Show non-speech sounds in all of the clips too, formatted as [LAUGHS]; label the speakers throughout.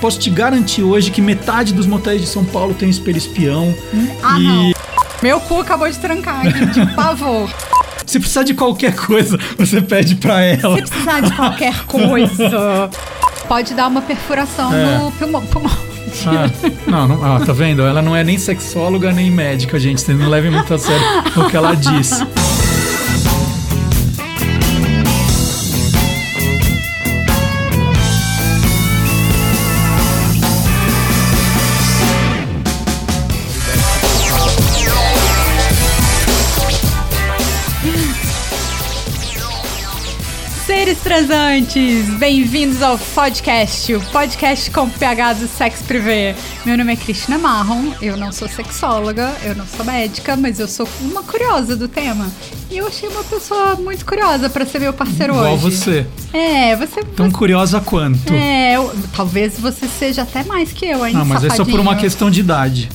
Speaker 1: Posso te garantir hoje que metade dos motéis de São Paulo tem um espelho espião.
Speaker 2: Ah,
Speaker 1: e
Speaker 2: não. Meu cu acabou de trancar aqui, de
Speaker 1: [LAUGHS]
Speaker 2: pavor.
Speaker 1: se precisar de qualquer [LAUGHS] coisa, você pede pra ela.
Speaker 2: Se precisar de qualquer
Speaker 1: [LAUGHS]
Speaker 2: coisa, pode dar uma perfuração
Speaker 1: É.
Speaker 2: no pulmão. pulmão.
Speaker 1: Ah, não, não- ah, tá vendo? Ela não é nem sexóloga nem médica, gente. Vocês não levem muito a sério o que ela
Speaker 2: [LAUGHS]
Speaker 1: diz.
Speaker 2: Seres transantes, bem-vindos ao podcast, o podcast com PH do Sex Privé. Meu nome é Cristina Marron, eu não sou sexóloga, eu não sou médica, mas eu sou uma curiosa do tema. E eu achei uma pessoa muito curiosa pra ser meu parceiro
Speaker 1: Igual
Speaker 2: hoje.
Speaker 1: você.
Speaker 2: É, você.
Speaker 1: Tão curiosa quanto.
Speaker 2: é, eu- talvez você seja até mais que eu, hein?
Speaker 1: Ah, mas é só por uma
Speaker 2: safadinho.
Speaker 1: questão de idade.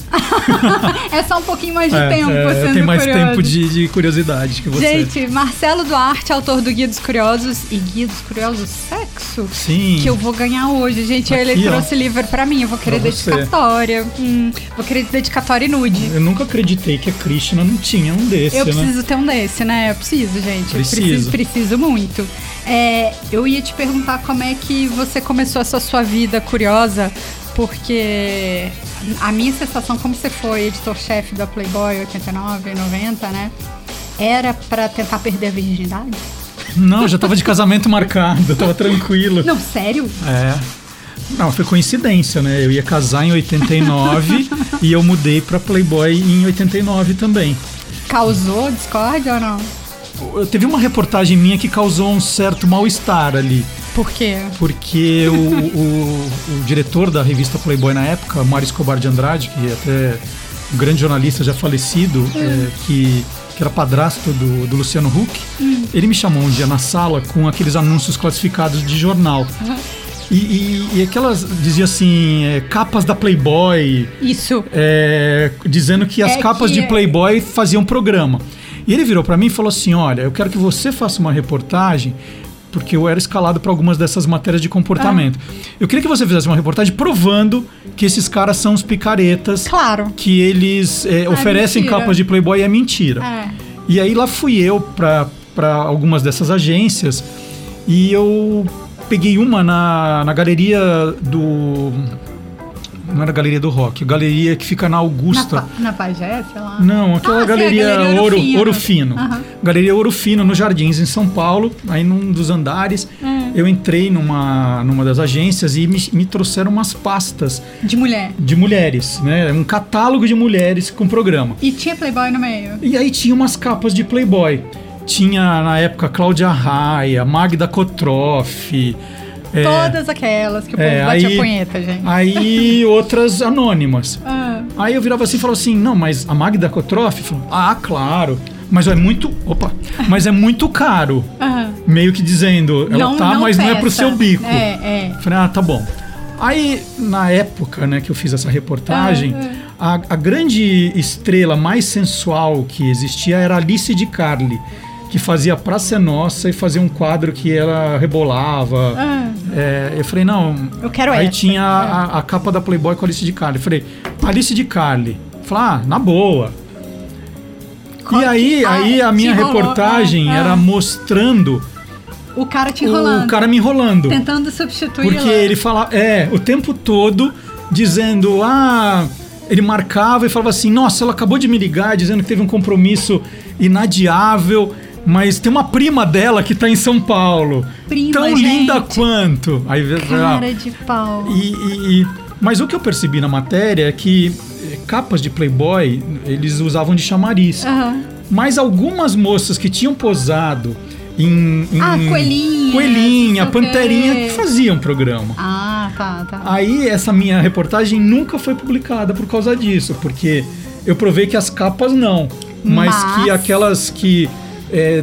Speaker 2: É só um pouquinho mais de
Speaker 1: é,
Speaker 2: tempo,
Speaker 1: é,
Speaker 2: sendo
Speaker 1: tem mais
Speaker 2: curioso.
Speaker 1: tempo de, de curiosidade que você.
Speaker 2: Gente, Marcelo Duarte, autor do Guia dos Curiosos e Guia dos Curiosos Sexo,
Speaker 1: Sim.
Speaker 2: que eu vou ganhar hoje. Gente, ele
Speaker 1: Aqui, ó.
Speaker 2: trouxe livro pra mim, eu vou querer
Speaker 1: Pra você.
Speaker 2: dedicatória. Hum, vou querer dedicatória e nude.
Speaker 1: Eu nunca acreditei que a Krishna não tinha um desse,
Speaker 2: Eu
Speaker 1: né?
Speaker 2: preciso ter um desse, né? Eu preciso, gente. Eu
Speaker 1: Preciso.
Speaker 2: preciso, preciso muito. É, eu ia te perguntar como é que você começou essa sua vida curiosa, porque a minha sensação, como você foi editor-chefe da Playboy 89, 90, né? Era pra tentar perder
Speaker 1: [LAUGHS]
Speaker 2: a virgindade?
Speaker 1: Não, já tava de casamento marcado, tava
Speaker 2: [LAUGHS]
Speaker 1: tranquilo.
Speaker 2: Não, sério?
Speaker 1: É. Não, foi coincidência, né? Eu ia casar em 89 e eu mudei pra Playboy em 89 também.
Speaker 2: Causou discórdia ou não?
Speaker 1: Eu- Teve uma reportagem minha que causou um certo mal-estar ali.
Speaker 2: Por quê?
Speaker 1: porque o, o- o diretor da revista Playboy na época, Mário Escobar de Andrade, que é até um grande jornalista já falecido, é, que, que era padrasto do, do Luciano Huck, ele me chamou um dia na sala com aqueles anúncios classificados de jornal. E, e, e aquelas dizia assim, é, capas da Playboy,
Speaker 2: Isso.
Speaker 1: é, dizendo que as
Speaker 2: É
Speaker 1: capas
Speaker 2: que-
Speaker 1: de Playboy faziam programa. E ele virou pra mim e falou assim: Olha, eu quero que você faça uma reportagem, porque eu era escalado pra algumas dessas matérias de comportamento.
Speaker 2: Ah.
Speaker 1: Eu queria que você fizesse uma reportagem provando que esses caras são os picaretas,
Speaker 2: Claro.
Speaker 1: que eles é, oferecem
Speaker 2: Ah, mentira.
Speaker 1: capas de Playboy e é mentira.
Speaker 2: É.
Speaker 1: E aí lá fui eu pra pra algumas dessas agências e eu peguei uma na, na galeria do. Não era a galeria do rock, a galeria que fica na
Speaker 2: Na,
Speaker 1: Augusta.
Speaker 2: pa- na pajé, sei lá.
Speaker 1: Não, aquela
Speaker 2: Ah, sim, a
Speaker 1: galeria,
Speaker 2: Galeria Ouro
Speaker 1: Ouro,
Speaker 2: Fino. né?
Speaker 1: Ouro Fino.
Speaker 2: Aham.
Speaker 1: Galeria Ouro Fino, nos Jardins, em São Paulo, aí num dos andares.
Speaker 2: É.
Speaker 1: Eu entrei numa, numa das agências e me, me trouxeram umas pastas
Speaker 2: De mulher.
Speaker 1: de mulheres, né? Um catálogo de mulheres com programa.
Speaker 2: E tinha Playboy no meio.
Speaker 1: E aí tinha umas capas de Playboy. Tinha, na época, Cláudia Raia, Magda Kotroff. é,
Speaker 2: Todas aquelas que o povo
Speaker 1: é,
Speaker 2: bate
Speaker 1: aí-
Speaker 2: a punheta, gente. [LAUGHS]
Speaker 1: Aí outras anônimas.
Speaker 2: Ah,
Speaker 1: Aí eu virava assim e falava assim, não, mas a Magda Kotroff? Eu falava, ah, claro. Mas é muito. Opa! Mas é muito caro.
Speaker 2: ah.
Speaker 1: Meio que dizendo, ela tá, mas não é pro
Speaker 2: peça.
Speaker 1: seu bico.
Speaker 2: É, é.
Speaker 1: Eu Falei, ah, tá bom. Aí, na época né, que eu fiz essa reportagem,
Speaker 2: Ah, é.
Speaker 1: a, a grande estrela mais sensual que existia era Alice de Carli, que fazia Praça é Nossa e fazia um quadro que ela rebolava.
Speaker 2: Ah.
Speaker 1: É, eu falei, não.
Speaker 2: Eu quero
Speaker 1: Aí
Speaker 2: essa. É.
Speaker 1: tinha a, a capa da Playboy com Alice de Carli. Eu Falei, Alice de Carli. Eu Falei, ah, na boa.
Speaker 2: Qual
Speaker 1: e aí,
Speaker 2: que- Ah,
Speaker 1: aí a
Speaker 2: te
Speaker 1: minha
Speaker 2: enrolou.
Speaker 1: reportagem
Speaker 2: Ah, ah.
Speaker 1: era mostrando
Speaker 2: O cara te enrolando.
Speaker 1: o cara me enrolando.
Speaker 2: Tentando substituir
Speaker 1: Porque
Speaker 2: ela.
Speaker 1: ele fala, é, o tempo todo dizendo, ah, ele marcava e falava assim, nossa, ela acabou de me ligar dizendo que teve um compromisso inadiável, mas tem uma prima dela que tá em São Paulo.
Speaker 2: Prima,
Speaker 1: tão
Speaker 2: gente.
Speaker 1: linda quanto. Aí vê- ah,
Speaker 2: Cara de pau.
Speaker 1: e, e- e- mas o que eu percebi na matéria é que eh, capas de Playboy eles usavam de chamariz.
Speaker 2: Aham.
Speaker 1: Mas algumas moças que tinham posado em. em-
Speaker 2: Ah, é. coelhinha,
Speaker 1: Coelhinha,
Speaker 2: não sei o quê.
Speaker 1: panterinha, que faziam programa.
Speaker 2: Ah, tá, tá.
Speaker 1: Aí essa minha reportagem nunca foi publicada por causa disso, porque eu provei que as capas não, mas,
Speaker 2: Mas-
Speaker 1: que aquelas que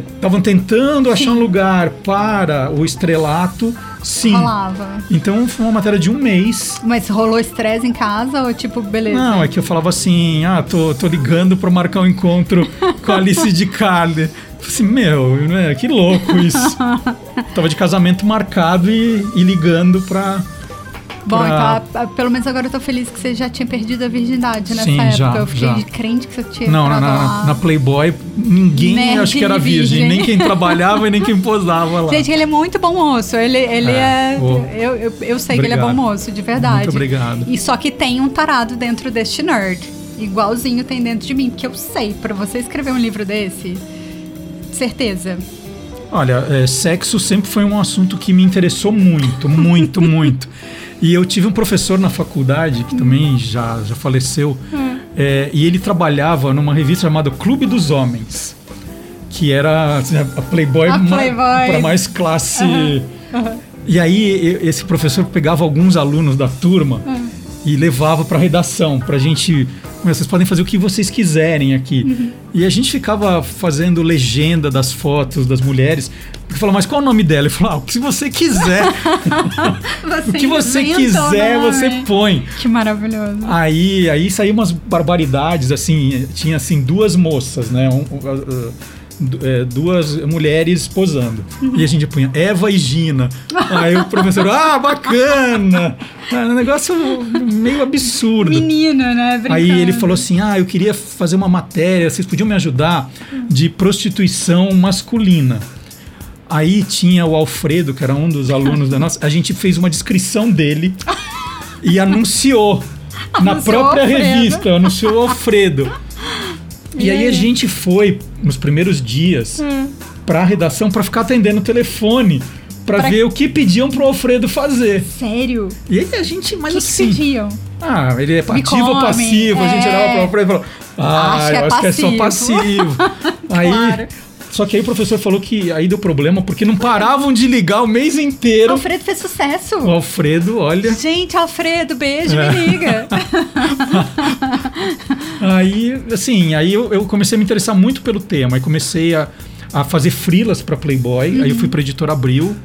Speaker 1: estavam tentando achar um lugar para o estrelato, sim.
Speaker 2: Rolava.
Speaker 1: Então foi uma matéria de um mês.
Speaker 2: Mas rolou estresse em casa ou tipo, beleza?
Speaker 1: Não, é que eu falava assim, ah, tô, tô ligando pra marcar um encontro com a Alice de Carli. Falei Assim, meu, né, que louco isso. Tava de casamento marcado e, e ligando pra,
Speaker 2: Bom,
Speaker 1: pra-
Speaker 2: então, a- a- pelo menos agora eu tô feliz que você já tinha perdido a virgindade nessa
Speaker 1: Sim,
Speaker 2: época.
Speaker 1: já,
Speaker 2: eu fiquei
Speaker 1: já.
Speaker 2: de crente que você tinha.
Speaker 1: Não, na,
Speaker 2: entrado lá.
Speaker 1: na, na Playboy, ninguém
Speaker 2: Nerd
Speaker 1: acho que era
Speaker 2: e
Speaker 1: virgem.
Speaker 2: virgem.
Speaker 1: Nem quem trabalhava e nem quem posava lá.
Speaker 2: Gente, ele é muito bom moço. Ele, ele
Speaker 1: É,
Speaker 2: é.
Speaker 1: ô.
Speaker 2: eu, eu, eu sei que ele é
Speaker 1: Obrigado.
Speaker 2: bom moço, de verdade.
Speaker 1: Muito obrigado.
Speaker 2: E só que tem um tarado dentro deste nerd. Igualzinho tem dentro de mim. Porque eu sei, pra você escrever um livro desse, certeza.
Speaker 1: Olha, é, sexo sempre foi um assunto que me interessou muito, muito, [LAUGHS] muito. E eu tive um professor na faculdade, que também já, já faleceu,
Speaker 2: Hum.
Speaker 1: é, e ele trabalhava numa revista chamada Clube dos Homens, que era assim, a Playboy,
Speaker 2: A Playboy.
Speaker 1: para mais classe. E aí e- esse professor pegava alguns alunos da turma
Speaker 2: Hum.
Speaker 1: e levava para redação, para gente, "Meu, vocês podem fazer o que vocês quiserem aqui.
Speaker 2: Uhum.
Speaker 1: E a gente ficava fazendo legenda das fotos das mulheres, porque falava, mas qual o nome dela? Eu falava, ah, o que você quiser,
Speaker 2: Você
Speaker 1: o
Speaker 2: [LAUGHS]
Speaker 1: que você
Speaker 2: inventa o
Speaker 1: quiser,
Speaker 2: nome.
Speaker 1: você Ah, põe.
Speaker 2: Que maravilhoso.
Speaker 1: Aí, aí saíam umas barbaridades, assim, tinha assim duas moças, né? Um- um, uh, du- é, duas mulheres posando. E a gente punha Eva e Gina. Aí o professor, ah, bacana! É um negócio meio absurdo.
Speaker 2: Menino, né?
Speaker 1: Aí ele
Speaker 2: Brincando.
Speaker 1: falou assim: Ah, eu queria fazer uma matéria, vocês podiam me ajudar de prostituição masculina. Aí tinha o Alfredo, que era um dos alunos da nossa, a gente fez uma descrição dele e
Speaker 2: [LAUGHS]
Speaker 1: anunciou na
Speaker 2: Anunciou
Speaker 1: própria
Speaker 2: Alfredo.
Speaker 1: revista, anunciou o
Speaker 2: [LAUGHS]
Speaker 1: Alfredo. E,
Speaker 2: E
Speaker 1: aí, a
Speaker 2: aí?
Speaker 1: gente foi nos primeiros dias
Speaker 2: Hum.
Speaker 1: pra redação pra ficar atendendo o telefone pra
Speaker 2: Pra-
Speaker 1: ver o que pediam pro Alfredo fazer.
Speaker 2: Sério? O
Speaker 1: E aí a gente, mas
Speaker 2: que, que
Speaker 1: assim,
Speaker 2: pediam?
Speaker 1: ah, ele é
Speaker 2: Me
Speaker 1: ativo ou
Speaker 2: come,
Speaker 1: passivo? A gente
Speaker 2: é.
Speaker 1: olhava pra ele e falou: Ah,
Speaker 2: Acho que
Speaker 1: eu
Speaker 2: é
Speaker 1: acho que é só passivo.
Speaker 2: passivo." [LAUGHS]
Speaker 1: aí,
Speaker 2: Claro.
Speaker 1: Só que aí o professor falou que aí deu problema porque não paravam de ligar o mês inteiro.
Speaker 2: Alfredo fez sucesso.
Speaker 1: O Alfredo, olha.
Speaker 2: Gente, Alfredo, beijo,
Speaker 1: É.
Speaker 2: me liga.
Speaker 1: [LAUGHS] Aí, assim, aí eu, eu comecei a me interessar muito pelo tema. Aí comecei a, a fazer frilas pra Playboy. Aí eu
Speaker 2: Uhum.
Speaker 1: fui pra editora Abril.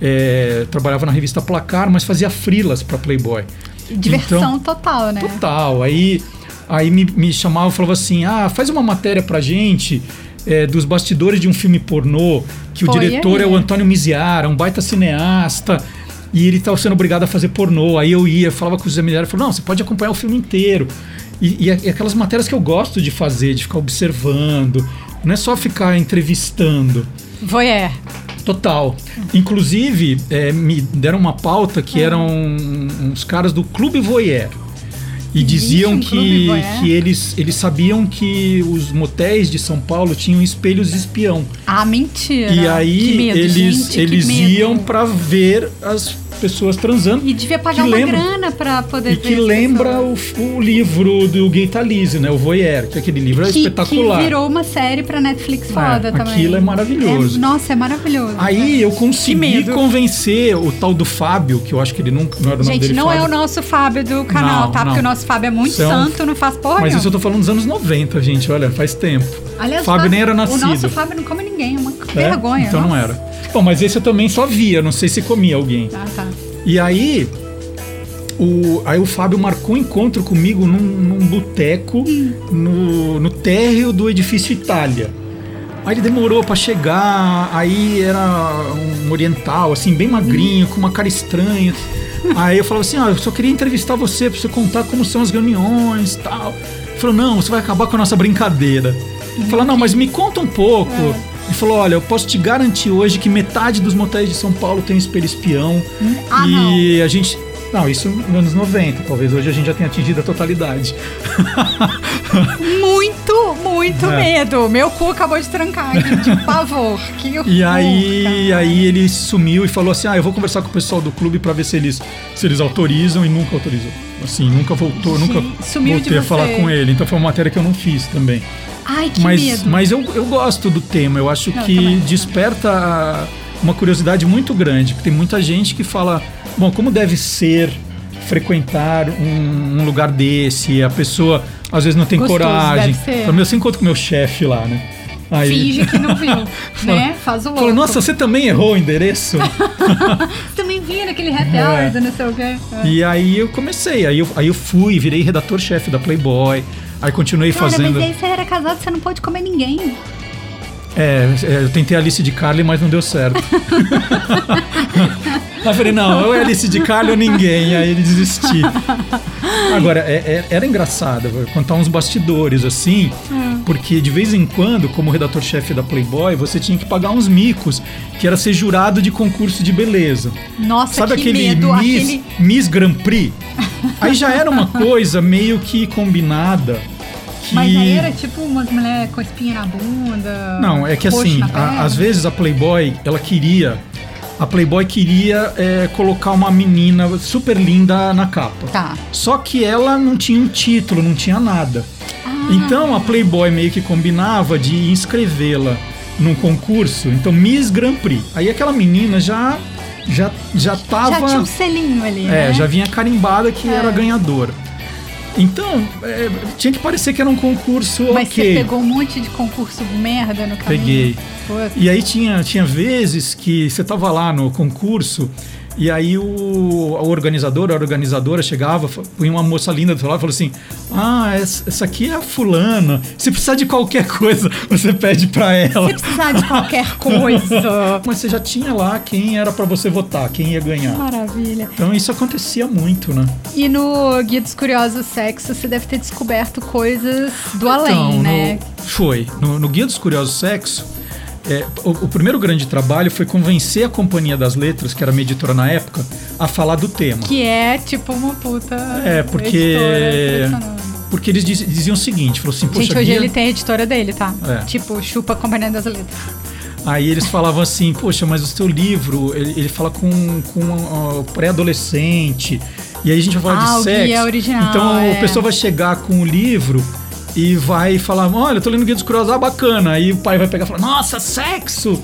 Speaker 1: é, trabalhava na revista Placar, mas fazia frilas pra Playboy.
Speaker 2: Diversão total, né?
Speaker 1: Então, Total. Aí, aí me, me chamava e falava assim: ah, faz uma matéria pra gente é, dos bastidores de um filme pornô, que
Speaker 2: Pô,
Speaker 1: o
Speaker 2: e
Speaker 1: diretor
Speaker 2: aí?
Speaker 1: é o Antônio Miziara, um baita cineasta. E ele estava sendo obrigado a fazer pornô. Aí eu ia, falava com o José Miziara e falou: não, você pode acompanhar o filme inteiro. E, é, e a- e aquelas matérias que eu gosto de fazer, de ficar observando, não é só ficar entrevistando.
Speaker 2: Voyeur.
Speaker 1: Total. Inclusive, é, me deram uma pauta
Speaker 2: Ah.
Speaker 1: que eram uns caras do Clube Voyeur. E diziam
Speaker 2: um Clube
Speaker 1: que,
Speaker 2: Voyeur?
Speaker 1: que eles, eles sabiam que os motéis de São Paulo tinham espelhos espião.
Speaker 2: Ah, mentira.
Speaker 1: e aí
Speaker 2: Que medo,
Speaker 1: eles,
Speaker 2: gente, que
Speaker 1: eles
Speaker 2: medo.
Speaker 1: iam pra ver as pessoas transando.
Speaker 2: E devia
Speaker 1: que
Speaker 2: pagar uma
Speaker 1: lembra-
Speaker 2: grana pra poder
Speaker 1: E
Speaker 2: ver.
Speaker 1: que
Speaker 2: as
Speaker 1: lembra
Speaker 2: pessoas.
Speaker 1: o, o livro do Gay Talese, né? O Voyeur, que aquele livro é
Speaker 2: que,
Speaker 1: espetacular.
Speaker 2: Que virou uma série pra Netflix foda também.
Speaker 1: aquilo é maravilhoso.
Speaker 2: É- nossa, é maravilhoso.
Speaker 1: Aí eu consegui
Speaker 2: medo.
Speaker 1: convencer o tal do Fábio, que eu acho que ele nunca não era o nome
Speaker 2: Gente,
Speaker 1: dele,
Speaker 2: não
Speaker 1: Fábio.
Speaker 2: é o nosso Fábio do canal,
Speaker 1: Não,
Speaker 2: tá? Porque
Speaker 1: não.
Speaker 2: o nosso Fábio é muito
Speaker 1: São-
Speaker 2: santo, não faz porra
Speaker 1: Mas isso eu
Speaker 2: nenhuma.
Speaker 1: tô falando dos anos 90, gente, olha, faz tempo.
Speaker 2: Aliás,
Speaker 1: Fábio
Speaker 2: o
Speaker 1: nem era
Speaker 2: O nosso
Speaker 1: nascido.
Speaker 2: Fábio não come ninguém, é uma
Speaker 1: É?
Speaker 2: vergonha.
Speaker 1: Então não
Speaker 2: nossa.
Speaker 1: era. Bom, mas esse eu também só via, não sei se comia alguém.
Speaker 2: Ah, tá.
Speaker 1: E aí, o, aí o Fábio marcou um encontro comigo num, num boteco no, no térreo do edifício Itália. Aí ele demorou pra chegar, aí era um oriental, assim, bem magrinho, com uma cara estranha. Aí eu falava assim, ah, eu só queria entrevistar você pra você contar como são as reuniões e tal. Ele falou, não, você vai acabar com a nossa brincadeira. Ele falou, não, mas me conta um pouco. Ele falou, olha, eu posso te garantir hoje que metade dos motéis de São Paulo tem espelho espião.
Speaker 2: Ah,
Speaker 1: e a gente... Não, isso nos anos 90, talvez hoje a gente já tenha atingido a totalidade.
Speaker 2: Muito, muito
Speaker 1: É.
Speaker 2: medo. Meu cu acabou de trancar
Speaker 1: [LAUGHS]
Speaker 2: aqui, de pavor. Que horror,
Speaker 1: E aí,
Speaker 2: cara.
Speaker 1: aí ele sumiu e falou assim: "Ah, eu vou conversar com o pessoal do clube pra ver se eles se eles autorizam" e nunca autorizou. Assim, nunca voltou,
Speaker 2: Gente,
Speaker 1: nunca
Speaker 2: sumiu de
Speaker 1: voltei a
Speaker 2: você.
Speaker 1: falar com ele. Então foi uma matéria que eu não fiz também.
Speaker 2: Ai, que
Speaker 1: mas
Speaker 2: medo.
Speaker 1: mas eu, eu gosto do tema, eu acho
Speaker 2: Não,
Speaker 1: que
Speaker 2: também, também.
Speaker 1: desperta uma curiosidade muito grande, porque tem muita gente que fala, bom, como deve ser frequentar um, um lugar desse? A pessoa às vezes não tem
Speaker 2: Gostoso,
Speaker 1: coragem.
Speaker 2: deve ser.
Speaker 1: Fala, meu, você encontra com meu chefe lá, né? Aí,
Speaker 2: Finge que
Speaker 1: [LAUGHS]
Speaker 2: não viu, né? Faz o louco.
Speaker 1: Falou, nossa, você também errou o endereço?
Speaker 2: [LAUGHS] Você também via naquele happy hour, do não sei o quê. É.
Speaker 1: e aí eu comecei, aí eu, aí eu fui, virei redator-chefe da Playboy, aí continuei
Speaker 2: Cara,
Speaker 1: fazendo.
Speaker 2: mas aí você era casado, você não pode comer ninguém. [LAUGHS]
Speaker 1: É, é, eu tentei a Alice de Carly, mas não deu certo. Aí eu falei, não, eu Alice de Carli ou ninguém. Aí ele
Speaker 2: [LAUGHS]
Speaker 1: desisti. Agora, é- é- era engraçado, vou contar uns bastidores, assim,
Speaker 2: Hum.
Speaker 1: porque de vez em quando, como redator-chefe da Playboy, você tinha que pagar uns micos, que era ser jurado de concurso de beleza.
Speaker 2: Nossa,
Speaker 1: Sabe
Speaker 2: que
Speaker 1: aquele,
Speaker 2: medo.
Speaker 1: Miss,
Speaker 2: Aquele...
Speaker 1: Miss Grand
Speaker 2: [LAUGHS]
Speaker 1: Prix? Aí já era uma coisa meio que combinada. Que...
Speaker 2: Mas aí era tipo umas mulheres com espinha na bunda.
Speaker 1: Não, é que
Speaker 2: roxo
Speaker 1: assim,
Speaker 2: na
Speaker 1: a-
Speaker 2: perna.
Speaker 1: às vezes a Playboy, ela queria. A Playboy queria é, colocar uma menina super linda na capa.
Speaker 2: Tá.
Speaker 1: Só que ela não tinha um título, não tinha nada.
Speaker 2: Ah.
Speaker 1: Então a Playboy meio que combinava de inscrevê-la num concurso. Então, Miss Grand Prix. Aí aquela menina já. Já, já tava.
Speaker 2: Já tinha um selinho ali.
Speaker 1: É,
Speaker 2: né? É.
Speaker 1: já vinha carimbada que era ganhadora. Então, é, tinha que parecer que era um concurso
Speaker 2: Mas
Speaker 1: ok.
Speaker 2: você pegou um monte de concurso merda no caminho.
Speaker 1: Peguei.
Speaker 2: Putz.
Speaker 1: E aí tinha, tinha vezes que você tava lá no concurso e aí o, o organizador, a organizadora chegava, fa- punha uma moça linda do seu lado e falou assim: Ah, essa, essa aqui é a fulana. Se precisar de qualquer coisa, [LAUGHS] você pede pra ela.
Speaker 2: Se precisar
Speaker 1: [LAUGHS]
Speaker 2: de qualquer coisa.
Speaker 1: Mas você já tinha lá quem era pra você votar, quem ia ganhar.
Speaker 2: Maravilha.
Speaker 1: Então isso acontecia muito, né?
Speaker 2: E no Guia dos Curiosos Sexo, você deve ter descoberto coisas do além,
Speaker 1: Então, no-
Speaker 2: né?
Speaker 1: foi. No, no Guia dos Curiosos Sexo, é, o, o primeiro grande trabalho foi convencer a Companhia das Letras, que era minha editora na época, a falar do tema.
Speaker 2: Que é tipo uma puta.
Speaker 1: É, porque-
Speaker 2: editora impressionante.
Speaker 1: Porque eles diz- diziam o seguinte, falou assim, poxa,
Speaker 2: Gente, hoje
Speaker 1: guia...
Speaker 2: ele tem a editora dele, tá?
Speaker 1: É.
Speaker 2: Tipo, chupa a Companhia das Letras.
Speaker 1: aí eles falavam assim, poxa, mas o seu livro, ele, ele fala com, com ó, pré-adolescente, e aí a gente vai falar
Speaker 2: Ah,
Speaker 1: de
Speaker 2: o
Speaker 1: sexo.
Speaker 2: guia original,
Speaker 1: então
Speaker 2: é.
Speaker 1: a pessoa vai chegar com o livro e vai falar, olha, eu tô lendo o Guia dos Curiosos, ah, bacana. Aí o pai vai pegar e falar, nossa, sexo!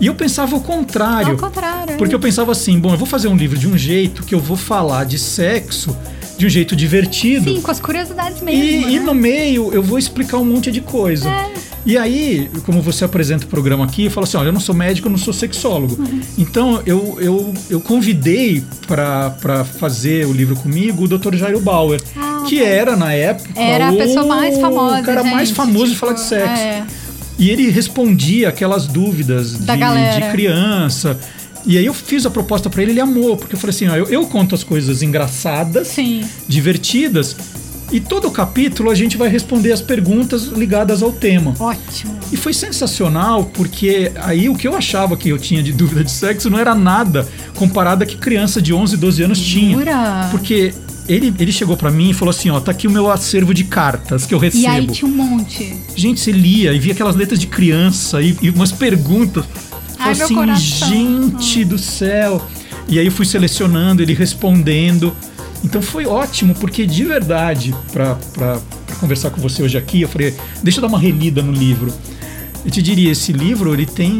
Speaker 1: E eu pensava o contrário.
Speaker 2: Ao contrário. é.
Speaker 1: Porque eu pensava assim, bom, eu vou fazer um livro de um jeito que eu vou falar de sexo de um jeito divertido.
Speaker 2: Sim, com as curiosidades mesmo.
Speaker 1: E, e
Speaker 2: né?
Speaker 1: no meio eu vou explicar um monte de coisa.
Speaker 2: É.
Speaker 1: E aí, como você apresenta o programa aqui, fala assim: olha, eu não sou médico, eu não sou sexólogo.
Speaker 2: Uhum.
Speaker 1: Então eu, eu, eu convidei para fazer o livro comigo o Dr. Jairo Bauer, que era na época.
Speaker 2: Ah, Era a
Speaker 1: o
Speaker 2: pessoa mais famosa.
Speaker 1: O cara mais
Speaker 2: gente,
Speaker 1: famoso de
Speaker 2: tipo,
Speaker 1: falar de sexo.
Speaker 2: É.
Speaker 1: E ele respondia aquelas dúvidas
Speaker 2: Da
Speaker 1: de,
Speaker 2: galera.
Speaker 1: de criança. E aí eu fiz a proposta pra ele, ele amou, porque eu falei assim: ó, eu, eu conto as coisas engraçadas
Speaker 2: Sim.
Speaker 1: divertidas. E todo capítulo a gente vai responder as perguntas ligadas ao tema.
Speaker 2: Ótimo.
Speaker 1: E foi sensacional porque aí o que eu achava que eu tinha de dúvida de sexo não era nada comparado a que criança de 11, 12 anos tinha.
Speaker 2: Jura?
Speaker 1: Porque ele, ele chegou pra mim e falou assim: ó, tá aqui o meu acervo de cartas que eu recebo.
Speaker 2: E aí tinha um monte.
Speaker 1: Gente, você lia e via aquelas letras de criança e, e umas perguntas.
Speaker 2: Ai,
Speaker 1: Falei
Speaker 2: meu
Speaker 1: assim,
Speaker 2: coração. Hum.
Speaker 1: gente do céu. E aí eu fui selecionando, ele respondendo. Então foi ótimo, porque de verdade, pra, pra, pra conversar com você hoje aqui, eu falei, deixa eu dar uma relida no livro. Eu te diria, esse livro, ele tem,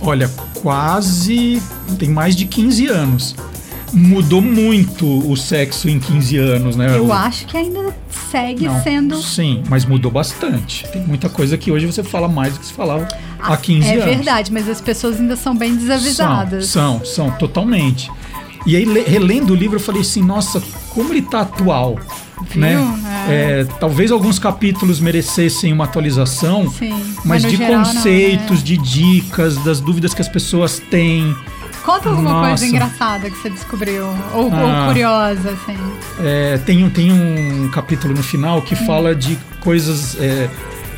Speaker 1: olha, quase, tem mais de 15 anos. Mudou muito o sexo em 15 anos, né?
Speaker 2: Eu
Speaker 1: O-
Speaker 2: acho que ainda segue
Speaker 1: não,
Speaker 2: sendo.
Speaker 1: Sim, mas mudou bastante. Tem muita coisa que hoje você fala mais do que se falava há 15
Speaker 2: é
Speaker 1: anos.
Speaker 2: verdade, mas as pessoas ainda são bem desavisadas.
Speaker 1: São, são, são, totalmente. E aí, le- relendo o livro, eu falei assim, nossa, como ele tá atual,
Speaker 2: Viu?
Speaker 1: né?
Speaker 2: É.
Speaker 1: É, talvez alguns capítulos merecessem uma atualização,
Speaker 2: Sim, mas
Speaker 1: mas,
Speaker 2: no
Speaker 1: de
Speaker 2: geral, não, né?
Speaker 1: conceitos, de dicas, das dúvidas que as pessoas têm.
Speaker 2: Conta alguma coisa
Speaker 1: Nossa.
Speaker 2: engraçada que você descobriu. Ou,
Speaker 1: Ah.
Speaker 2: ou curiosa, assim.
Speaker 1: É, tem, um- tem um capítulo no final que fala de coisas. é,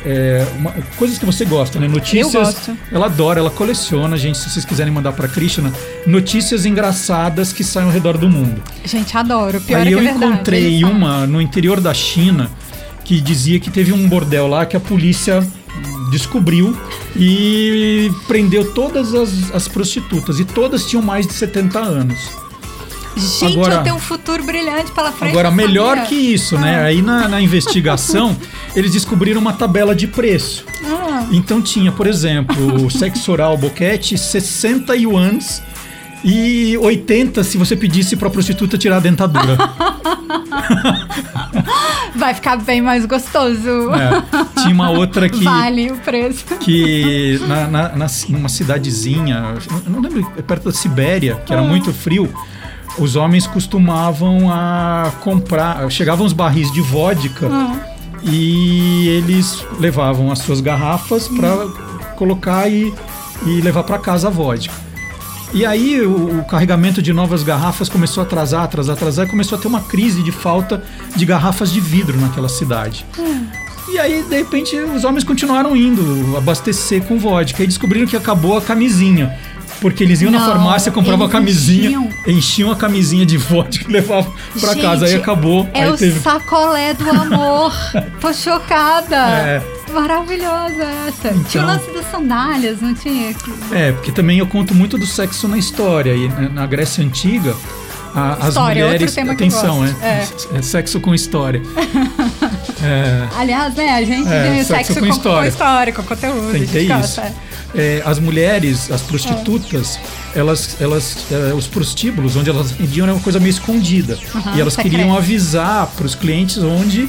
Speaker 1: é, uma- coisas que você gosta, né? Notícias.
Speaker 2: Eu gosto.
Speaker 1: Ela adora, ela coleciona, gente. Se vocês quiserem mandar pra Krishna, notícias engraçadas que saem ao redor do mundo.
Speaker 2: Gente, adoro. Pior é
Speaker 1: Aí
Speaker 2: que
Speaker 1: eu
Speaker 2: é verdade.
Speaker 1: encontrei
Speaker 2: eles falam.
Speaker 1: uma no interior da China que dizia que teve um bordel lá que a polícia descobriu e prendeu todas as, as prostitutas. E todas tinham mais de 70 anos.
Speaker 2: Gente, eu
Speaker 1: Agora-
Speaker 2: tenho um futuro brilhante pela frente.
Speaker 1: Agora,
Speaker 2: eu sabia. Ah.
Speaker 1: melhor que isso, né? Aí na,
Speaker 2: [LAUGHS]
Speaker 1: na investigação, eles descobriram uma tabela de preço.
Speaker 2: Ah,
Speaker 1: Então tinha, por exemplo, o sexo oral boquete, 60 yuans e 80 se você pedisse pra prostituta tirar a
Speaker 2: [LAUGHS]
Speaker 1: dentadura.
Speaker 2: Ah, vai ficar bem mais gostoso.
Speaker 1: É. Tinha uma outra que...
Speaker 2: Vale o preço.
Speaker 1: Que na, na- na- numa cidadezinha, eu não lembro, é perto da Sibéria, que era muito frio, os homens costumavam a comprar, chegavam os barris de vodka e eles levavam as suas garrafas para colocar e, e levar para casa a vodka. E aí o, o carregamento de novas garrafas começou a atrasar, atrasar, atrasar, e começou a ter uma crise de falta de garrafas de vidro naquela cidade.
Speaker 2: Hum.
Speaker 1: E aí, de repente, os homens continuaram indo abastecer com vodka e descobriram que acabou a camisinha. Porque eles iam na
Speaker 2: Não,
Speaker 1: farmácia, compravam a
Speaker 2: eles
Speaker 1: camisinha,
Speaker 2: enchiam.
Speaker 1: enchiam. a camisinha de vodka e levavam pra
Speaker 2: Gente,
Speaker 1: casa. Aí acabou.
Speaker 2: É
Speaker 1: aí
Speaker 2: o sacolé
Speaker 1: [LAUGHS]
Speaker 2: do amor. Tô chocada.
Speaker 1: É.
Speaker 2: Maravilhosa essa. Tinha o
Speaker 1: Então-
Speaker 2: lance das sandálias, não tinha?
Speaker 1: É, porque também eu conto muito do sexo na história. E na- na Grécia Antiga, a- as
Speaker 2: História, é outro
Speaker 1: mulheres.
Speaker 2: tema que eu
Speaker 1: atenção,
Speaker 2: gosto.
Speaker 1: é, é sexo com
Speaker 2: [LAUGHS]
Speaker 1: história. é,
Speaker 2: Aliás, né, a gente
Speaker 1: É,
Speaker 2: viu
Speaker 1: sexo
Speaker 2: sexo
Speaker 1: com
Speaker 2: com,
Speaker 1: história.
Speaker 2: com história, com conteúdo.
Speaker 1: tem
Speaker 2: a
Speaker 1: que ter
Speaker 2: gente
Speaker 1: isso.
Speaker 2: gosta.
Speaker 1: É, as mulheres, as prostitutas,
Speaker 2: É.
Speaker 1: elas, elas, é, os prostíbulos, onde elas vendiam era uma coisa meio escondida.
Speaker 2: Aham,
Speaker 1: e elas
Speaker 2: secreto.
Speaker 1: queriam avisar para os clientes onde,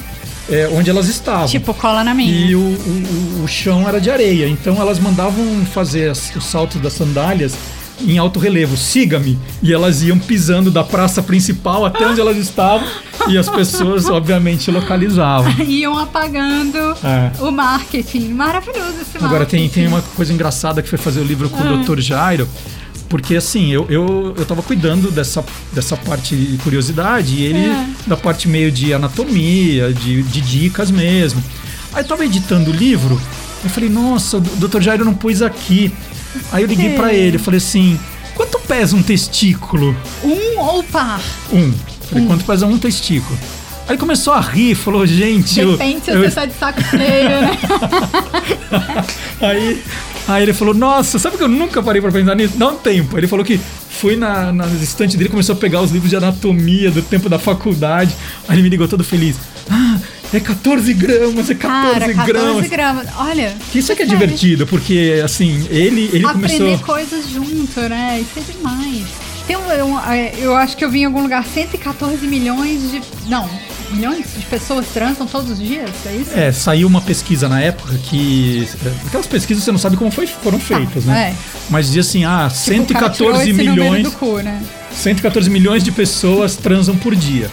Speaker 1: é, onde elas estavam.
Speaker 2: Tipo, cola na minha. [LAUGHS]
Speaker 1: E o, o- o- o chão era de areia, então elas mandavam fazer as- os saltos das sandálias em alto relevo, siga-me. E elas iam pisando da praça principal até onde elas estavam, e as pessoas, obviamente, localizavam.
Speaker 2: Iam um apagando
Speaker 1: É.
Speaker 2: o marketing. Maravilhoso esse marketing.
Speaker 1: Agora, tem, tem uma coisa engraçada que foi fazer o livro com
Speaker 2: Ah.
Speaker 1: o Dr. Jairo, porque assim, eu, eu, eu tava cuidando dessa, dessa parte de curiosidade e ele
Speaker 2: É.
Speaker 1: da parte meio de anatomia, de, de dicas mesmo. Aí eu tava editando o livro, eu falei, nossa, o Dr. Jairo não pôs aqui. Aí eu liguei
Speaker 2: quê?
Speaker 1: pra ele, eu falei assim, quanto pesa um testículo?
Speaker 2: Um ou par?
Speaker 1: Um. Falei, quanto pesa um testículo? Aí começou a rir, falou, gente... eu-
Speaker 2: Depende se
Speaker 1: eu-
Speaker 2: você tá de saco cheio, né?
Speaker 1: [LAUGHS] Aí, aí ele falou, nossa, sabe que eu nunca parei pra pensar nisso? Dá um tempo. Ele falou que foi na, na estante dele, começou a pegar os livros de anatomia do tempo da faculdade. Aí ele me ligou todo feliz. Ah, é 14 gramas, é 14
Speaker 2: Cara, 14
Speaker 1: gramas.
Speaker 2: gramas. Olha.
Speaker 1: Que Isso é que é
Speaker 2: sério.
Speaker 1: divertido, porque assim, ele, ele
Speaker 2: Aprender
Speaker 1: começou.
Speaker 2: coisas junto, né? Isso é demais. Tem um, um, é, eu acho que eu vi em algum lugar 114 milhões de. Não, milhões de pessoas transam todos os dias, é isso?
Speaker 1: É, saiu uma pesquisa na época que. é, Aquelas pesquisas você não sabe como foi- foram feitas, né?
Speaker 2: é. Tipo,
Speaker 1: Mas dizia assim, ah,
Speaker 2: O cara tirou
Speaker 1: 114
Speaker 2: esse número
Speaker 1: milhões.
Speaker 2: Do cu, né?
Speaker 1: 114 milhões de pessoas transam por dia.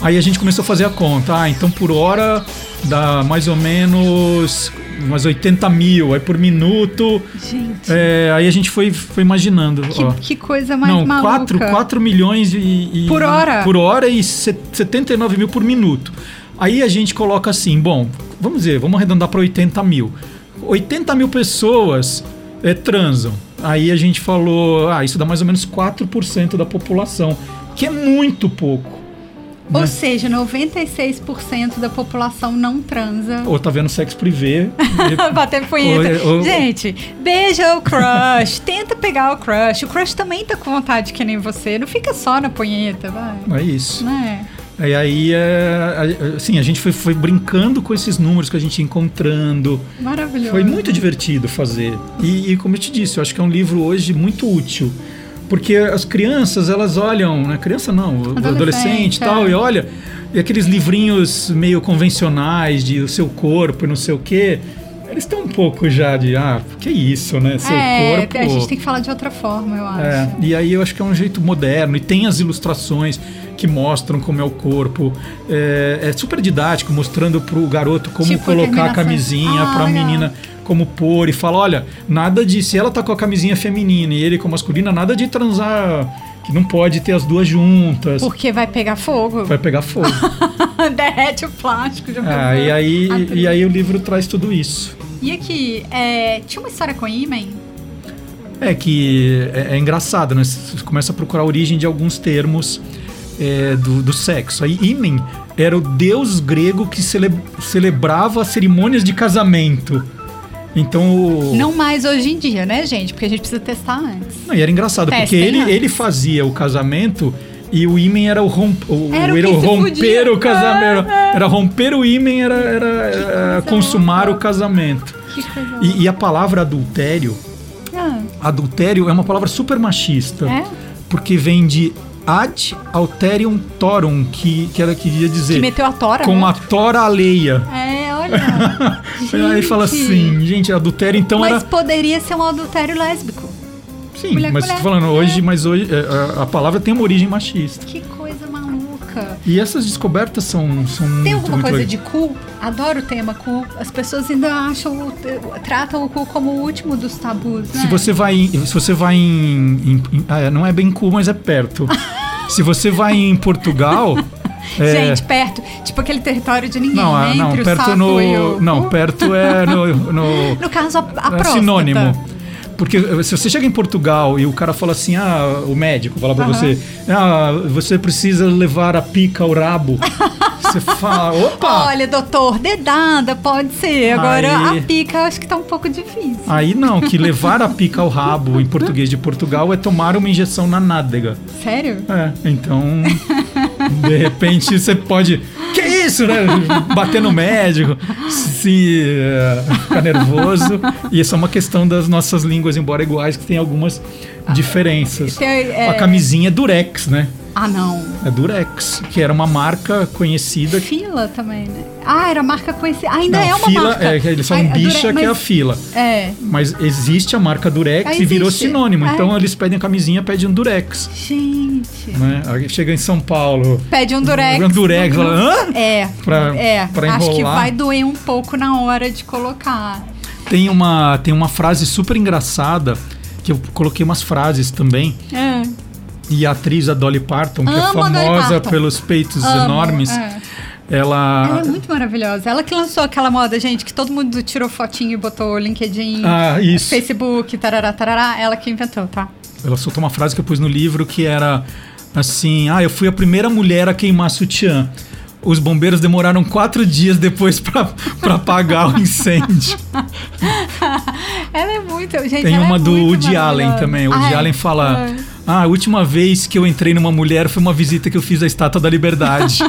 Speaker 1: Aí a gente começou a fazer a conta. Ah, então por hora dá mais ou menos umas 80 mil. Aí por minuto.
Speaker 2: Gente,
Speaker 1: é, aí a gente foi, foi imaginando. ó.
Speaker 2: que, que coisa mais
Speaker 1: Não,
Speaker 2: maluca.
Speaker 1: 4, 4 milhões e, e-
Speaker 2: Por hora?
Speaker 1: Por hora e set- 79 mil por minuto. Aí a gente coloca assim, bom, vamos dizer, vamos arredondar para 80 mil. 80 mil pessoas é, transam. Aí a gente falou, ah, isso dá mais ou menos 4% da população, que é muito pouco.
Speaker 2: Ou
Speaker 1: né?
Speaker 2: seja, 96% da população não transa.
Speaker 1: Ou tá vendo sexo
Speaker 2: [LAUGHS]
Speaker 1: privê.
Speaker 2: Bater punheta.
Speaker 1: Ou- ou-
Speaker 2: Gente, beija o crush. tenta pegar o crush. O crush também tá com vontade que nem você. Não fica só na punheta, vai.
Speaker 1: é isso.
Speaker 2: Né?
Speaker 1: E aí, é, a- assim, a gente foi, foi brincando com esses números que a gente ia encontrando.
Speaker 2: Maravilhoso.
Speaker 1: Foi muito divertido fazer. E, e como eu te disse, eu acho que é um livro hoje muito útil. Porque as crianças, elas olham, né? Criança não, o
Speaker 2: Adolescente,
Speaker 1: adolescente e tal,
Speaker 2: é.
Speaker 1: e olha, e aqueles livrinhos meio convencionais de o seu corpo e não sei o quê, eles estão um pouco já de, ah, que isso, né? Seu
Speaker 2: é,
Speaker 1: corpo.
Speaker 2: a gente tem que falar de outra forma, eu acho.
Speaker 1: É, e aí eu acho que é um jeito moderno e tem as ilustrações que mostram como é o corpo. É, é super didático, mostrando pro garoto como
Speaker 2: Tipo,
Speaker 1: colocar a
Speaker 2: terminações.
Speaker 1: camisinha,
Speaker 2: Ah,
Speaker 1: pra
Speaker 2: legal.
Speaker 1: menina como pôr, e fala, olha, nada de. Se ela tá com a camisinha feminina e ele com a masculina, nada de transar. Que não pode ter as duas juntas.
Speaker 2: Porque vai pegar fogo.
Speaker 1: Vai pegar fogo.
Speaker 2: [LAUGHS] Derrete o plástico. Já
Speaker 1: Ah,
Speaker 2: pensou?
Speaker 1: e, aí,
Speaker 2: Ah, tudo.
Speaker 1: e aí o livro traz tudo isso.
Speaker 2: E aqui, é, tinha uma história com o Imen?
Speaker 1: É que é, é engraçado, né? Você começa a procurar a origem de alguns termos é, do, do sexo. Aí, Imen era o deus grego que cele- celebrava as cerimônias de casamento. Então. o-
Speaker 2: Não mais hoje em dia, né, gente? Porque a gente precisa testar antes.
Speaker 1: Não, e era engraçado,
Speaker 2: Testem
Speaker 1: porque ele,
Speaker 2: antes.
Speaker 1: ele fazia o casamento. E o imen era o, romp, o,
Speaker 2: Era o que se
Speaker 1: romper
Speaker 2: podia. Ah,
Speaker 1: o casamento. Era romper o imen, era, era, era
Speaker 2: coisa
Speaker 1: consumar o
Speaker 2: louca.
Speaker 1: casamento.
Speaker 2: Que coisa.
Speaker 1: E- e a palavra adultério
Speaker 2: Ah,
Speaker 1: Adultério é uma palavra super machista.
Speaker 2: É?
Speaker 1: Porque vem de ad alterium torum, que, que ela queria
Speaker 2: que
Speaker 1: dizer.
Speaker 2: meteu a tora,
Speaker 1: com
Speaker 2: né?
Speaker 1: a tora alheia.
Speaker 2: É, olha.
Speaker 1: Aí fala assim, gente, adultério [LAUGHS] então
Speaker 2: Mas
Speaker 1: era.
Speaker 2: poderia ser um adultério lésbico.
Speaker 1: Sim,
Speaker 2: mulher com
Speaker 1: mas tô
Speaker 2: mulher,
Speaker 1: falando
Speaker 2: é.
Speaker 1: hoje, mas hoje é, a, a palavra tem uma origem machista.
Speaker 2: Que coisa maluca. maluca.
Speaker 1: E essas descobertas são, são
Speaker 2: Tem
Speaker 1: muito,
Speaker 2: alguma
Speaker 1: muito
Speaker 2: coisa
Speaker 1: legais.
Speaker 2: de cu? Adoro o tema cu. As pessoas ainda acham, o- tratam o cu como o último dos tabus, né?
Speaker 1: Se você vai em. Se você vai em, em- em- ah, é, não é bem cu, mas é
Speaker 2: [LAUGHS]
Speaker 1: perto. se você vai em Portugal. é,
Speaker 2: Gente, perto. Tipo aquele território de ninguém,
Speaker 1: não, ah,
Speaker 2: né?
Speaker 1: não,
Speaker 2: Entre o
Speaker 1: perto
Speaker 2: sapo e o...
Speaker 1: no. Não, perto é no. no-
Speaker 2: No caso, [LAUGHS] a, então. a tá?
Speaker 1: é
Speaker 2: próstata.
Speaker 1: sinônimo. Porque eh, se você chega em Portugal e o cara fala assim, ah, o médico fala pra
Speaker 2: Aham.
Speaker 1: você, ah, você precisa levar a pica ao
Speaker 2: [LAUGHS]
Speaker 1: rabo. você fala, opa!
Speaker 2: Olha, doutor, dedada, pode ser. Agora
Speaker 1: Aí.
Speaker 2: a pica eu acho que tá um pouco difícil.
Speaker 1: Aí não, que levar a pica ao rabo em português de Portugal é tomar uma injeção na nádega.
Speaker 2: Sério?
Speaker 1: É, então. De repente você pode. Que isso, né? Bater no médico, se eh, ficar nervoso. E isso é uma questão das nossas línguas, embora iguais, que tem algumas diferenças.
Speaker 2: Tem, é-
Speaker 1: A camisinha é Durex, né?
Speaker 2: Ah, não.
Speaker 1: É Durex, que era uma marca conhecida.
Speaker 2: Fila também, né? Ah, era marca conhecida. Ainda
Speaker 1: Não,
Speaker 2: é uma
Speaker 1: fila,
Speaker 2: marca.
Speaker 1: é, eles
Speaker 2: Ai,
Speaker 1: falam
Speaker 2: adorei,
Speaker 1: bicha, que é a
Speaker 2: mas-
Speaker 1: fila.
Speaker 2: É.
Speaker 1: Mas existe a marca Durex
Speaker 2: Ah,
Speaker 1: e virou
Speaker 2: existe.
Speaker 1: sinônimo.
Speaker 2: Ah,
Speaker 1: Então eles pedem a camisinha, pedem um Durex.
Speaker 2: Gente.
Speaker 1: Né? Aí Chega em São Paulo.
Speaker 2: Pede um durex.
Speaker 1: Um durex,
Speaker 2: Não-
Speaker 1: ela, hã?
Speaker 2: É.
Speaker 1: Pra-
Speaker 2: é.
Speaker 1: pra
Speaker 2: Acho que
Speaker 1: enrolar.
Speaker 2: vai doer um pouco na hora de colocar.
Speaker 1: Tem uma, tem uma frase super engraçada que eu coloquei umas frases também.
Speaker 2: É.
Speaker 1: E a atriz, a Dolly Parton, que
Speaker 2: Amo
Speaker 1: é
Speaker 2: a Dolly
Speaker 1: famosa
Speaker 2: Parton.
Speaker 1: pelos peitos
Speaker 2: Amo,
Speaker 1: enormes,
Speaker 2: é. Ela
Speaker 1: ela.
Speaker 2: é muito maravilhosa. Ela que lançou aquela moda, gente, que todo mundo tirou fotinho e botou LinkedIn,
Speaker 1: Ah, isso.
Speaker 2: Facebook, tarará, tarará. Ela que inventou, tá?
Speaker 1: Ela soltou uma frase que eu pus no livro que era assim: Ah, eu fui a primeira mulher a queimar sutiã. Os bombeiros demoraram quatro dias depois pra, pra apagar o incêndio.
Speaker 2: ela é muito, gente.
Speaker 1: Tem
Speaker 2: ela é
Speaker 1: uma do
Speaker 2: muito
Speaker 1: Woody Allen
Speaker 2: maravilhosa.
Speaker 1: também. O
Speaker 2: Ah,
Speaker 1: Woody
Speaker 2: é?
Speaker 1: Allen fala:
Speaker 2: É.
Speaker 1: Ah, a última vez que eu entrei numa mulher foi uma visita que eu fiz à Estátua da
Speaker 2: [LAUGHS]
Speaker 1: Liberdade.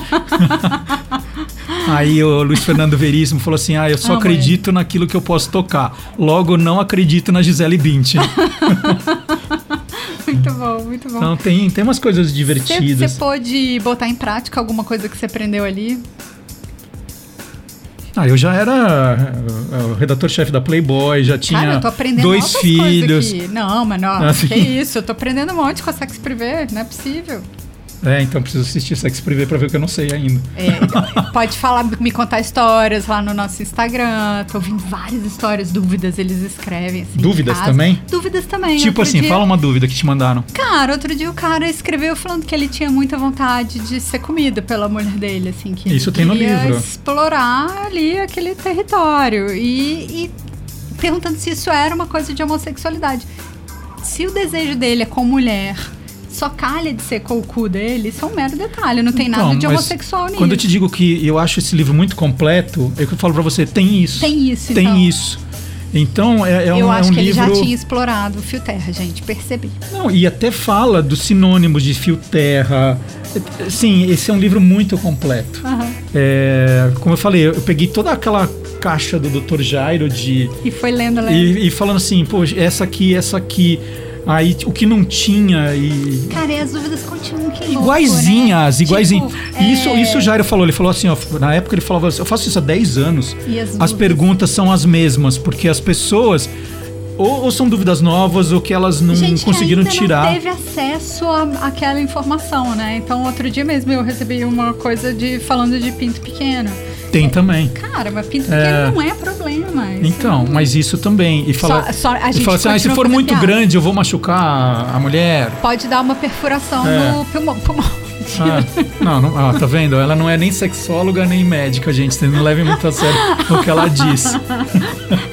Speaker 1: Aí o Luiz Fernando Veríssimo falou assim: Ah, eu só
Speaker 2: Amo
Speaker 1: acredito naquilo que eu posso tocar. Logo, não acredito na Gisele
Speaker 2: [LAUGHS]
Speaker 1: Bündchen.
Speaker 2: Muito bom, muito bom.
Speaker 1: Então tem, tem umas coisas
Speaker 2: Você
Speaker 1: divertidas.
Speaker 2: pôde botar em prática alguma coisa que você aprendeu ali?
Speaker 1: Ah, eu já era eh, o redator-chefe da Playboy, já tinha
Speaker 2: Cara, eu tô aprendendo
Speaker 1: dois
Speaker 2: altas
Speaker 1: filhos.
Speaker 2: coisas aqui. Não, mas não,
Speaker 1: Assim.
Speaker 2: que isso, eu tô aprendendo um monte com a Sex Privé, não é possível.
Speaker 1: É, então preciso assistir Sex Privé pra ver o que eu não sei ainda.
Speaker 2: É, [LAUGHS] pode falar, me contar histórias lá no nosso Instagram. Tô ouvindo várias histórias, dúvidas eles escrevem. assim,
Speaker 1: Dúvidas
Speaker 2: casos.
Speaker 1: também?
Speaker 2: Dúvidas também.
Speaker 1: tipo
Speaker 2: Outro
Speaker 1: assim,
Speaker 2: dia-
Speaker 1: fala uma dúvida que te mandaram.
Speaker 2: Cara, outro dia o cara escreveu falando que ele tinha muita vontade de ser comido pela mulher dele, assim. Que
Speaker 1: Isso
Speaker 2: ele
Speaker 1: tem no
Speaker 2: queria
Speaker 1: livro.
Speaker 2: explorar ali aquele território. E, e perguntando se isso era uma coisa de homossexualidade. Se o desejo dele é com mulher, só calha de ser com o cu dele, isso é um mero detalhe. Não tem nada
Speaker 1: Então,
Speaker 2: de
Speaker 1: mas
Speaker 2: homossexual nisso.
Speaker 1: Quando eu te digo que eu acho esse livro muito completo, é que eu falo pra você, tem isso.
Speaker 2: Tem isso,
Speaker 1: Tem
Speaker 2: então.
Speaker 1: isso. Então, é, é um,
Speaker 2: Eu
Speaker 1: é
Speaker 2: acho
Speaker 1: um
Speaker 2: que
Speaker 1: livro...
Speaker 2: ele já tinha explorado o fio terra, gente, percebi.
Speaker 1: Não, e até fala dos sinônimos de fio terra. Sim, esse é um livro muito completo. É, como eu falei, eu peguei toda aquela caixa do Dr. Jairo de
Speaker 2: E foi lendo, lendo.
Speaker 1: e, e falando assim, pô, essa aqui, essa aqui, aí o que não tinha e
Speaker 2: Cara, e as dúvidas continuam que louco,
Speaker 1: iguaizinhas,
Speaker 2: né?
Speaker 1: iguaizinhas.
Speaker 2: Tipo,
Speaker 1: E isso,
Speaker 2: é,
Speaker 1: isso o Jairo falou, ele falou assim, ó, na época ele falava, assim, eu faço isso há 10 anos.
Speaker 2: E as
Speaker 1: As
Speaker 2: dúvidas?
Speaker 1: perguntas são as mesmas, porque as pessoas ou, ou são dúvidas novas ou que elas não
Speaker 2: gente que
Speaker 1: conseguiram
Speaker 2: ainda
Speaker 1: tirar.
Speaker 2: Não teve acesso à- àquela informação, né? Então, outro dia mesmo eu recebi uma coisa de falando de pinto pequeno.
Speaker 1: Tem também.
Speaker 2: Cara, mas pinto
Speaker 1: É.
Speaker 2: pequeno não é problema. isso
Speaker 1: Então,
Speaker 2: não- é
Speaker 1: mas isso também. E fala,
Speaker 2: Só- só a
Speaker 1: e
Speaker 2: gente
Speaker 1: fala assim, ah, se
Speaker 2: continua
Speaker 1: for
Speaker 2: fazendo
Speaker 1: muito
Speaker 2: piada."
Speaker 1: grande, eu vou machucar a mulher.
Speaker 2: [LAUGHS] pode dar uma perfuração
Speaker 1: É.
Speaker 2: no pulmão. pulmão. [LAUGHS]
Speaker 1: Ah, não, não ah, tá vendo? Ela não é nem sexóloga nem médica, gente. Vocês não levem muito a sério o que ela diz.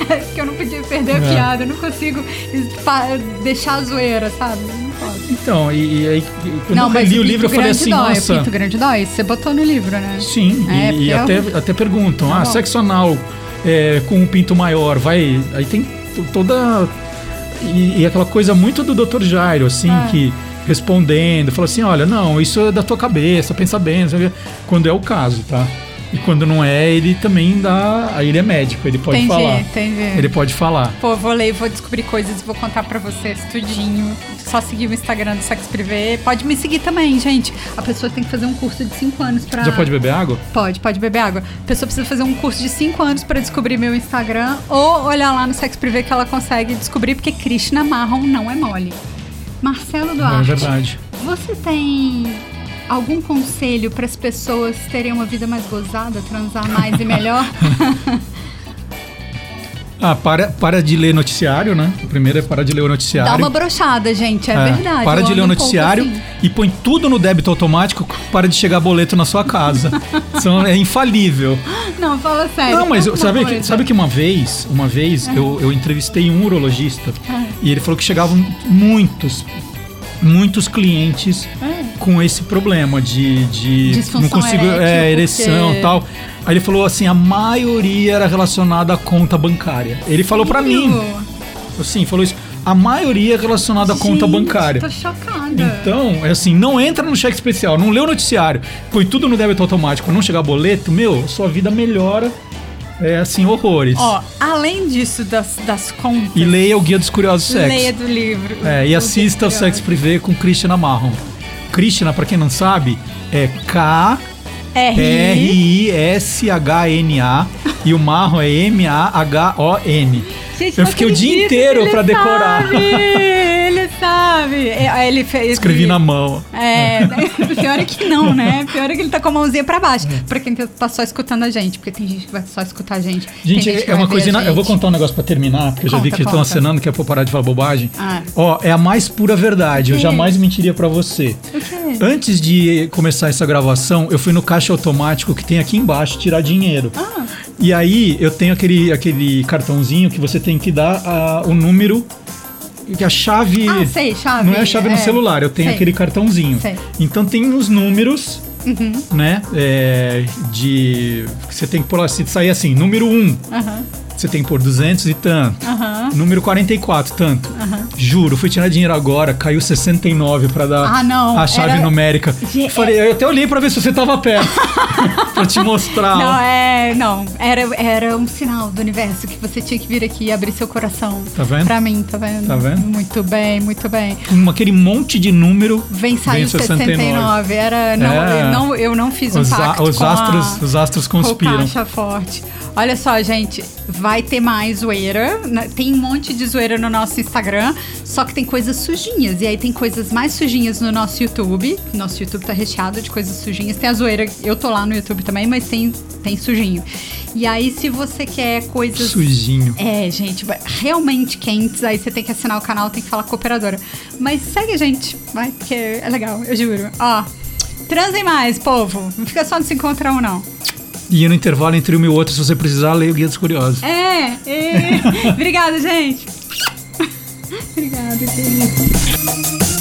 Speaker 2: é que eu não podia perder a
Speaker 1: É.
Speaker 2: piada, eu não consigo es- fa- deixar a zoeira, sabe? Não posso.
Speaker 1: Então, e, e aí, quando eu
Speaker 2: mas
Speaker 1: reli o
Speaker 2: pinto
Speaker 1: livro, eu falei
Speaker 2: grande
Speaker 1: assim,
Speaker 2: dói,
Speaker 1: nossa.
Speaker 2: Pinto grande dói? Você botou no livro, né?
Speaker 1: Sim, e,
Speaker 2: É,
Speaker 1: e
Speaker 2: porque eu-
Speaker 1: até, até perguntam,
Speaker 2: Tá
Speaker 1: ah,
Speaker 2: bom.
Speaker 1: sexo anal é, com um pinto maior, vai. Aí tem t- toda. E, e aquela coisa muito do Dr. Jairo, assim,
Speaker 2: Ah.
Speaker 1: que respondendo, fala assim: olha, não, isso é da tua cabeça, pensa bem, não sei o quê. quando é o caso, tá? E quando não é, ele também dá. Aí ele é médico, ele pode
Speaker 2: entendi,
Speaker 1: falar.
Speaker 2: entendi.
Speaker 1: Ele pode falar.
Speaker 2: Pô, vou ler, vou descobrir coisas, vou contar pra vocês tudinho. Só seguir o Instagram do Sex Privé. Pode me seguir também, gente. A pessoa tem que fazer um curso de 5 anos pra...
Speaker 1: Já pode beber água?
Speaker 2: Pode, pode beber água. A pessoa precisa fazer um curso de 5 anos pra descobrir meu Instagram ou olhar lá no Sex Privé que ela consegue descobrir, porque Krishna Marron não é mole. Marcelo Duarte.
Speaker 1: É verdade.
Speaker 2: Você tem algum conselho para as pessoas terem uma vida mais gozada, transar mais e melhor?
Speaker 1: [LAUGHS] Ah, para, para de ler noticiário, né? O primeiro é para de ler o noticiário.
Speaker 2: Dá uma brochada, gente, é,
Speaker 1: É,
Speaker 2: verdade.
Speaker 1: Para
Speaker 2: eu
Speaker 1: de ler
Speaker 2: ando
Speaker 1: o
Speaker 2: um pouco
Speaker 1: noticiário
Speaker 2: assim.
Speaker 1: e põe tudo no débito automático, para de chegar boleto na sua
Speaker 2: [LAUGHS]
Speaker 1: casa. São, é infalível.
Speaker 2: assim. Não, fala sério.
Speaker 1: Não, mas
Speaker 2: Fala uma
Speaker 1: sabe que,
Speaker 2: coisa.
Speaker 1: sabe que uma vez, uma vez,
Speaker 2: É.
Speaker 1: eu, eu entrevistei um urologista e ele falou que chegavam muitos, muitos clientes com esse problema de, de
Speaker 2: É. Disfunção
Speaker 1: não consigo é,
Speaker 2: erétil,
Speaker 1: ereção
Speaker 2: porque-
Speaker 1: e tal. Aí ele falou assim, a maioria era relacionada à conta bancária. Ele falou pra mim, assim, falou isso, a maioria é relacionada à conta
Speaker 2: Gente, tá
Speaker 1: bancária.
Speaker 2: Tô chocada.
Speaker 1: Então, é assim, não entra no cheque especial, não lê o noticiário, põe tudo no débito automático, não chegar boleto, meu, sua vida melhora, é assim, horrores.
Speaker 2: Ó, além disso das, das contas,
Speaker 1: E leia o Guia dos Curiosos Sexo.
Speaker 2: leia do livro.
Speaker 1: É, e
Speaker 2: Do
Speaker 1: assista ao
Speaker 2: Guia
Speaker 1: Sexo Privé com Krishna Marron. Krishna, pra quem não sabe, é
Speaker 2: R.
Speaker 1: K-R-I-S-H-N-A e o Marron é M-A-H-O-N.
Speaker 2: Gente,
Speaker 1: Eu
Speaker 2: não
Speaker 1: fiquei o dia
Speaker 2: acredito que
Speaker 1: inteiro
Speaker 2: ele
Speaker 1: pra decorar.
Speaker 2: sabe, [LAUGHS] ele sabe. É, aí Ele fez.
Speaker 1: Escrevi na mão. Ah.
Speaker 2: É, [LAUGHS] pior é que não, né? Pior é que ele tá com a mãozinha pra baixo.
Speaker 1: É.
Speaker 2: Pra quem tá só escutando a gente, porque tem gente que vai só escutar a gente. tem
Speaker 1: Gente,
Speaker 2: gente que
Speaker 1: é
Speaker 2: vai
Speaker 1: uma
Speaker 2: ver
Speaker 1: coisa.
Speaker 2: a
Speaker 1: ina- Eu
Speaker 2: gente.
Speaker 1: vou contar um negócio pra terminar, porque eu já vi
Speaker 2: Conta,
Speaker 1: que estão
Speaker 2: conta.
Speaker 1: acenando que é pra parar de falar bobagem.
Speaker 2: Ah.
Speaker 1: Ó, é a mais pura verdade. Eu
Speaker 2: quê?
Speaker 1: jamais mentiria pra você.
Speaker 2: O quê?
Speaker 1: Antes de começar essa gravação, eu fui no caixa automático que tem aqui embaixo tirar dinheiro.
Speaker 2: Ah.
Speaker 1: E aí eu tenho aquele, aquele cartãozinho que você tem que dar ah, o número. que é A chave.
Speaker 2: Ah, sei, chave,
Speaker 1: Não é a chave
Speaker 2: é.
Speaker 1: no celular, eu tenho
Speaker 2: Sei.
Speaker 1: aquele cartãozinho.
Speaker 2: Sei.
Speaker 1: Então tem os números,
Speaker 2: Uhum.
Speaker 1: né? é, de. que Você tem que pôr assim, sair assim, número 1. Um,
Speaker 2: Aham,
Speaker 1: você tem que pôr 200 e tanto.
Speaker 2: aham.
Speaker 1: Número 44, tanto. Juro, fui tirar dinheiro agora, caiu 69 pra dar
Speaker 2: Ah, não,
Speaker 1: a chave
Speaker 2: era-
Speaker 1: numérica.
Speaker 2: Ge- é
Speaker 1: Falei, eu até olhei pra ver se você tava
Speaker 2: [LAUGHS]
Speaker 1: perto. pra te mostrar.
Speaker 2: Não,
Speaker 1: ó.
Speaker 2: é. Não, era, era um sinal do universo que você tinha que vir aqui e abrir seu coração.
Speaker 1: Tá vendo?
Speaker 2: Pra mim, tá vendo?
Speaker 1: Tá vendo?
Speaker 2: Muito bem, muito bem.
Speaker 1: Com aquele monte de número.
Speaker 2: Vem sair
Speaker 1: vem
Speaker 2: o 69. Era, não,
Speaker 1: É.
Speaker 2: eu, não, eu não fiz um
Speaker 1: Os, a-
Speaker 2: pacto
Speaker 1: os
Speaker 2: com a-
Speaker 1: astros, os astros
Speaker 2: Com
Speaker 1: conspiram.
Speaker 2: caixa forte. Olha só, gente, vai ter mais zoeira. né? Tem um monte de zoeira no nosso Instagram, só que tem coisas sujinhas. E aí tem coisas mais sujinhas no nosso YouTube. Nosso YouTube tá recheado de coisas sujinhas. Tem a zoeira, eu tô lá no YouTube também, mas tem, tem sujinho. E aí, se você quer coisas
Speaker 1: Sujinho.
Speaker 2: é, gente, vai- realmente quentes. Aí você tem que assinar o canal, tem que falar cooperadora. Mas segue a gente, vai, porque é legal, eu juro. Ó, transem mais, povo. Não fica só no se encontrar um, não.
Speaker 1: E no intervalo entre um e outro, se você precisar, leia o Guia dos Curiosos.
Speaker 2: É, [LAUGHS] é. obrigada, gente. obrigada, querido.